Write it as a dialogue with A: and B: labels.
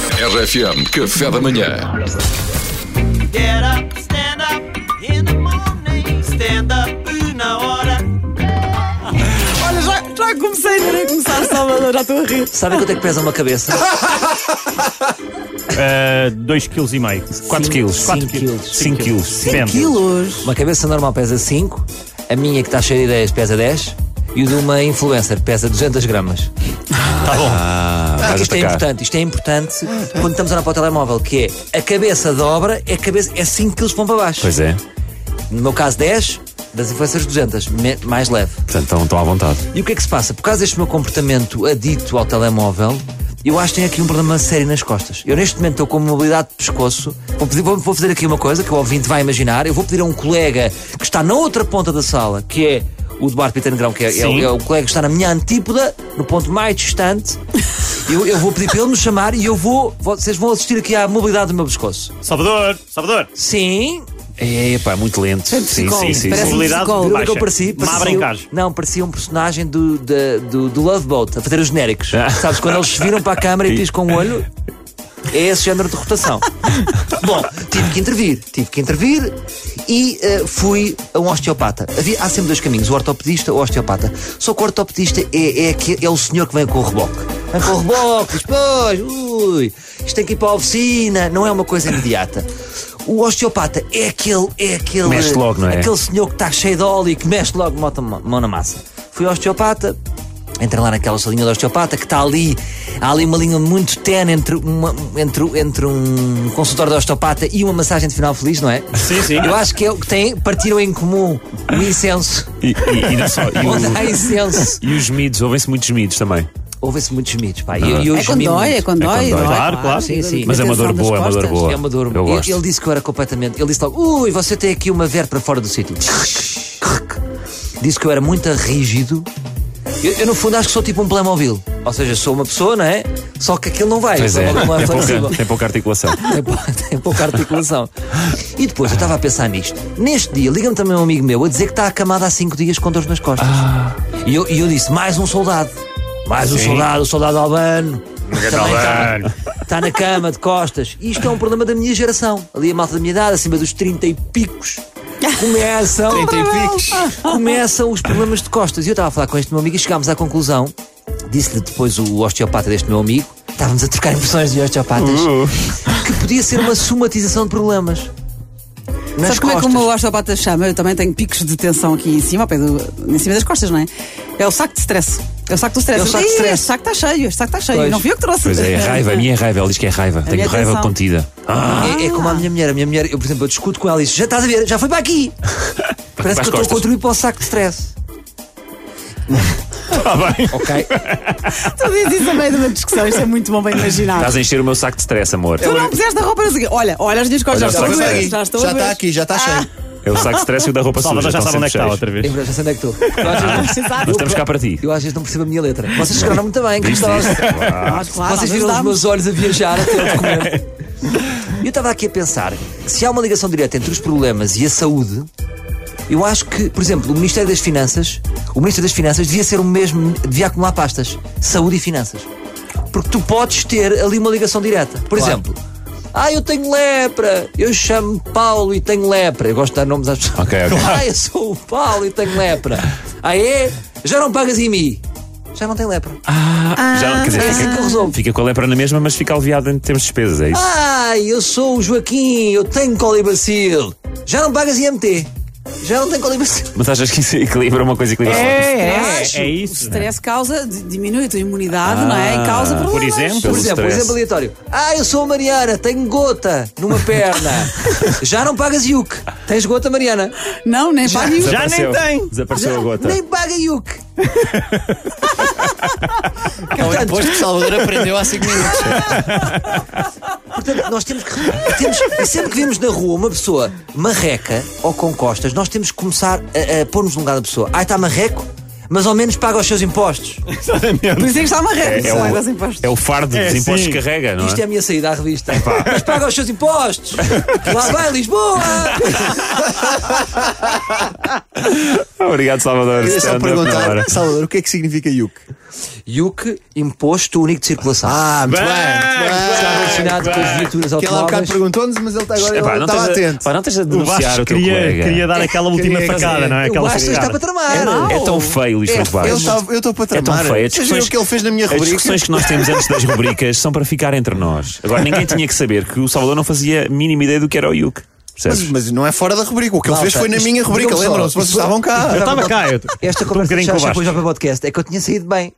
A: RFM, café da manhã.
B: Get up, stand up in the morning. Stand up na hora.
C: Olha, já, já comecei, nem a começar, Salvador, já estou a rir.
D: Sabem quanto é que pesa uma cabeça?
E: 2,5 kg. 4 kg.
D: Cinco quilos.
E: 5 kg. Depende.
C: Quilos.
D: Uma cabeça normal pesa 5, a minha que está cheia de ideias pesa 10 e o de uma influencer pesa 200 gramas. Tá bom. isto é importante, isto é importante quando estamos a olhar para o telemóvel, que é a cabeça dobra, é, a cabeça, é 5 kg que vão para baixo.
F: Pois é,
D: No meu caso 10, das influencers 200, me- mais leve.
F: portanto estão, estão à vontade.
D: E o que é que se passa? Por causa deste meu comportamento adito ao telemóvel, eu acho que tenho aqui um problema sério nas costas. Eu neste momento estou com mobilidade de pescoço. Vou, pedir- vou- vou fazer aqui uma coisa que o ouvinte vai imaginar. Eu vou pedir a um colega que está na outra ponta da sala, que é o Duarte Pitano Grão, que é, é o,
E: Sim.
D: é o colega que está na minha antípoda, no ponto mais distante. Eu, eu vou pedir para ele me chamar e eu vou. Vocês vão assistir aqui à mobilidade do meu pescoço.
E: Salvador, Salvador.
D: Sim.
F: É, pá, muito lento. Sim,
C: psicólogo,
F: sim, sim.
C: parece-
F: sim.
E: Mobilidade
C: psicólogo.
D: Viram o que eu
E: baixa.
D: pareci?
E: Má
D: Parecia-
E: brincagem.
D: Não, parecia um personagem do, da- do, do Love Boat, a fazer os genéricos.
F: Ah.
D: Sabes, quando eles viram para a câmara e piscam o olho, é esse género de rotação. Bom, tive que intervir, tive que intervir e eh, fui a um osteopata. Havia, há sempre dois caminhos, o ortopedista ou o osteopata. Só que o ortopedista é, é, aquele- é o senhor que vem com o reboque. Vem com o reboque, diz, pois, ui, isto tem que ir para a oficina, não é uma coisa imediata. O osteopata é aquele, é aquele.
F: Mexe logo, não é?
D: Aquele senhor que está cheio de óleo e que mexe logo mota- mão na massa. Fui ao osteopata, entrei lá naquela salinha do osteopata que está ali, há ali uma linha muito tenue entre, uma- entre, entre um consultório de osteopata e uma massagem de final feliz, não é?
E: Sim, sim.
D: Eu acho que é o que tem, partiram em comum o incenso.
F: E, e, e não só. E,
D: Onde há
F: o-
D: incenso.
F: e os gemidos, ouvem-se muitos gemidos também.
D: Ouvem-se muitos mitos, pá. E eu- e eu
C: É quando
D: gemi
C: dói,
D: muito.
C: é quando
F: É
C: dói.
F: quando dói.
C: dói,
E: Claro, claro.
D: Sim, sim.
F: Mas é uma dor
C: Tensão das
F: boa, é uma dor
C: costas.
F: boa.
D: É uma dor.
F: Eu
D: ele,
F: gosto.
D: ele disse que eu era completamente. Ele disse logo: ui, você tem aqui uma verba para fora do sítio. disse que eu era muito rígido. Eu, eu, no fundo, acho que sou tipo um Playmobil. Ou seja, sou uma pessoa, não é? Só que aquilo não vai.
F: Pois
D: sou
F: é,
D: logo uma
F: tem
D: flexível.
F: pouca, tem pouca articulação.
D: Tem pou- tem pouca articulação. E depois eu estava a pensar nisto. Neste dia, liga-me também um amigo meu a dizer que está acamado há cinco dias com dores nas costas.
F: Ah.
D: E, eu, e eu disse: mais um soldado. Mais um soldado, o soldado albano.
F: é
D: Também está- Está Tá na cama, de costas. E Isto é um problema da minha geração. Ali a malta da minha idade, acima dos 30 e picos. Começam, começam os problemas de costas. E eu estava a falar com este meu amigo e chegámos à conclusão. Disse-lhe depois o osteopata deste meu amigo. Estávamos a trocar impressões de osteopatas. Que podia ser uma somatização de problemas. Nas
C: Sabes como é que
D: costas.
C: o meu osteopata chama? Eu também tenho picos de tensão aqui em cima, ao pé do- em cima das costas, não é? É o saco de stress. É o saco do stress.
D: É o saco de
C: Ih,
D: stress.
C: Este saco está cheio, este saco está cheio.
D: Pois.
C: Não fui eu que trouxe.
F: Pois é, é raiva, a minha é raiva, ele diz que é raiva.
C: minha
F: Tenho raiva
C: atenção.
F: contida. Ah,
D: É, é como a minha mulher. A minha mulher, eu, por exemplo, eu discuto com ela e disse: Já estás a ver, já foi para aqui. Parece que eu estou a
F: costas.
D: contribuir para o saco de stress.
E: Está bem.
D: Ok?
C: Tu dizes isso a meio de uma discussão, isto é muito bom bem imaginar.
F: estás a encher o meu saco de stress, amor.
C: Tu não puseste a roupa na seguir. Olha, olha as minhas costas,
F: Olha,
C: já
F: já
C: estou a
F: está
C: ver.
F: aqui.
C: Já estou a
G: Já
C: ver. Ah,
G: está aqui, já está
D: Ah.
G: cheio.
F: É o saco de stress e o da roupa suja.
E: Salvador já
F: estão
E: sabe onde é que está
F: sempre
E: outra vez.
D: Lembra, já sei onde é que estou. Eu às vezes-
F: cheios. Nós estamos cá para ti.
D: um Eu às vezes não percebo a minha letra. Vocês chegaram muito bem,
F: Diz,
D: Cristóvão.
F: diz.
C: Ah, claro,
D: Vocês
C: às vezes
D: viram os
C: dá-me.
D: meus olhos a viajar até o documento. Eu estava aqui a pensar que se há uma ligação direta entre os problemas e a saúde, eu acho que, por exemplo, o Ministério das Finanças, o Ministro das Finanças devia ser o mesmo, devia acumular pastas, saúde e finanças. Porque tu podes ter ali uma ligação direta. Por exemplo, ah, eu tenho lepra, eu chamo Paulo e tenho lepra. Eu gosto de dar nomes às pessoas.
F: Ok, ok.
D: Ah, eu sou o Paulo e tenho lepra. Ah, é? Já não pagas em mim. Já não tem lepra.
F: Ah. Já, quer dizer,
D: é assim que eu resolvo.
F: fica, fica com a lepra na mesma, mas fica aliviado em termos de despesas, é isso?
D: Ai, eu sou o Joaquim, eu tenho colibacil. Já não pagas IMT. Já não tenho colibacil.
F: Mas achas que isso equilibra uma coisa e equilibra outra?
E: É,
C: Acho.
E: é
C: O
E: isso.
C: stress causa, di- diminui a tua imunidade, não é? E causa problemas.
F: por exemplo?
D: Por
F: Pelo
D: exemplo, por
F: stress.
D: exemplo aleatório. Ah, eu sou a Mariana, tenho gota numa perna. Já não pagas IUC. Tens gota, Mariana?
C: Não, nem para nenhum.
E: Já nem
F: Desapareceu.
E: tem.
F: Desapareceu a gota.
D: Nem paga IUC.
G: É o imposto que Salvador aprendeu há 5 minutos.
D: Portanto, nós temos que. Temos, e sempre que vemos na rua uma pessoa marreca ou com costas, nós temos que começar a, a pôr-nos no lugar da pessoa. Ai, está marreco? mas ao menos paga os seus impostos.
C: Por isso é que está uma rede.
F: É,
C: só ainda
F: o,
C: assim postos.
F: é o fardo
E: É,
F: dos impostos
E: sim.
F: que carrega, não é?
D: Isto é a minha saída à revista. Mas paga os seus impostos. Lá vai Lisboa.
F: Obrigado, Salvador.
G: Queria É só
F: Stand-up na hora.
G: perguntar, Salvador, o que é que significa Yuk?
D: IUC, Imposto Único de Circulação.
G: Ah, muito bem,
D: Está
G: muito bem.
D: relacionado com as viaturas
G: Que ela há bocado
D: automóveis.
G: perguntou-nos, mas ele está agora
F: Epá,
G: ele
F: não
G: estava
F: tens a-
G: atento.
F: pá, não tens a
E: O
F: denunciar
E: Vasco
F: o teu
E: queria,
F: colega.
E: queria dar aquela última
G: queria-
E: facada, não é?
D: Eu
E: Aquela
D: acho que está para
E: facada.
D: tramar.
F: É tão feio, Luís Pedro
G: Ele
F: Vasco.
G: estava- eu estou para
F: É tão
G: tramar.
F: feio. As
G: Vocês viram
F: discussões-
G: o que ele fez na minha
F: As
G: rubrica?
F: discussões que nós temos antes das rubricas são para ficar entre nós. Agora, ninguém tinha que saber que o Salvador não fazia a mínima ideia do que era o Yuk.
G: Mas,
F: Percebes?
G: mas não é fora da rubrica. O que ele
D: Malta,
G: fez foi na
D: isto-
G: minha rubrica.
D: digam-me só,
G: Lembram-se, vocês
D: isto-
G: estavam cá.
E: Eu estava cá. eu-
D: Esta
E: Estou um
D: conversa
E: bocadinho
D: já
E: com o Vasco.
D: depois já para o podcast. É que eu tinha saído bem.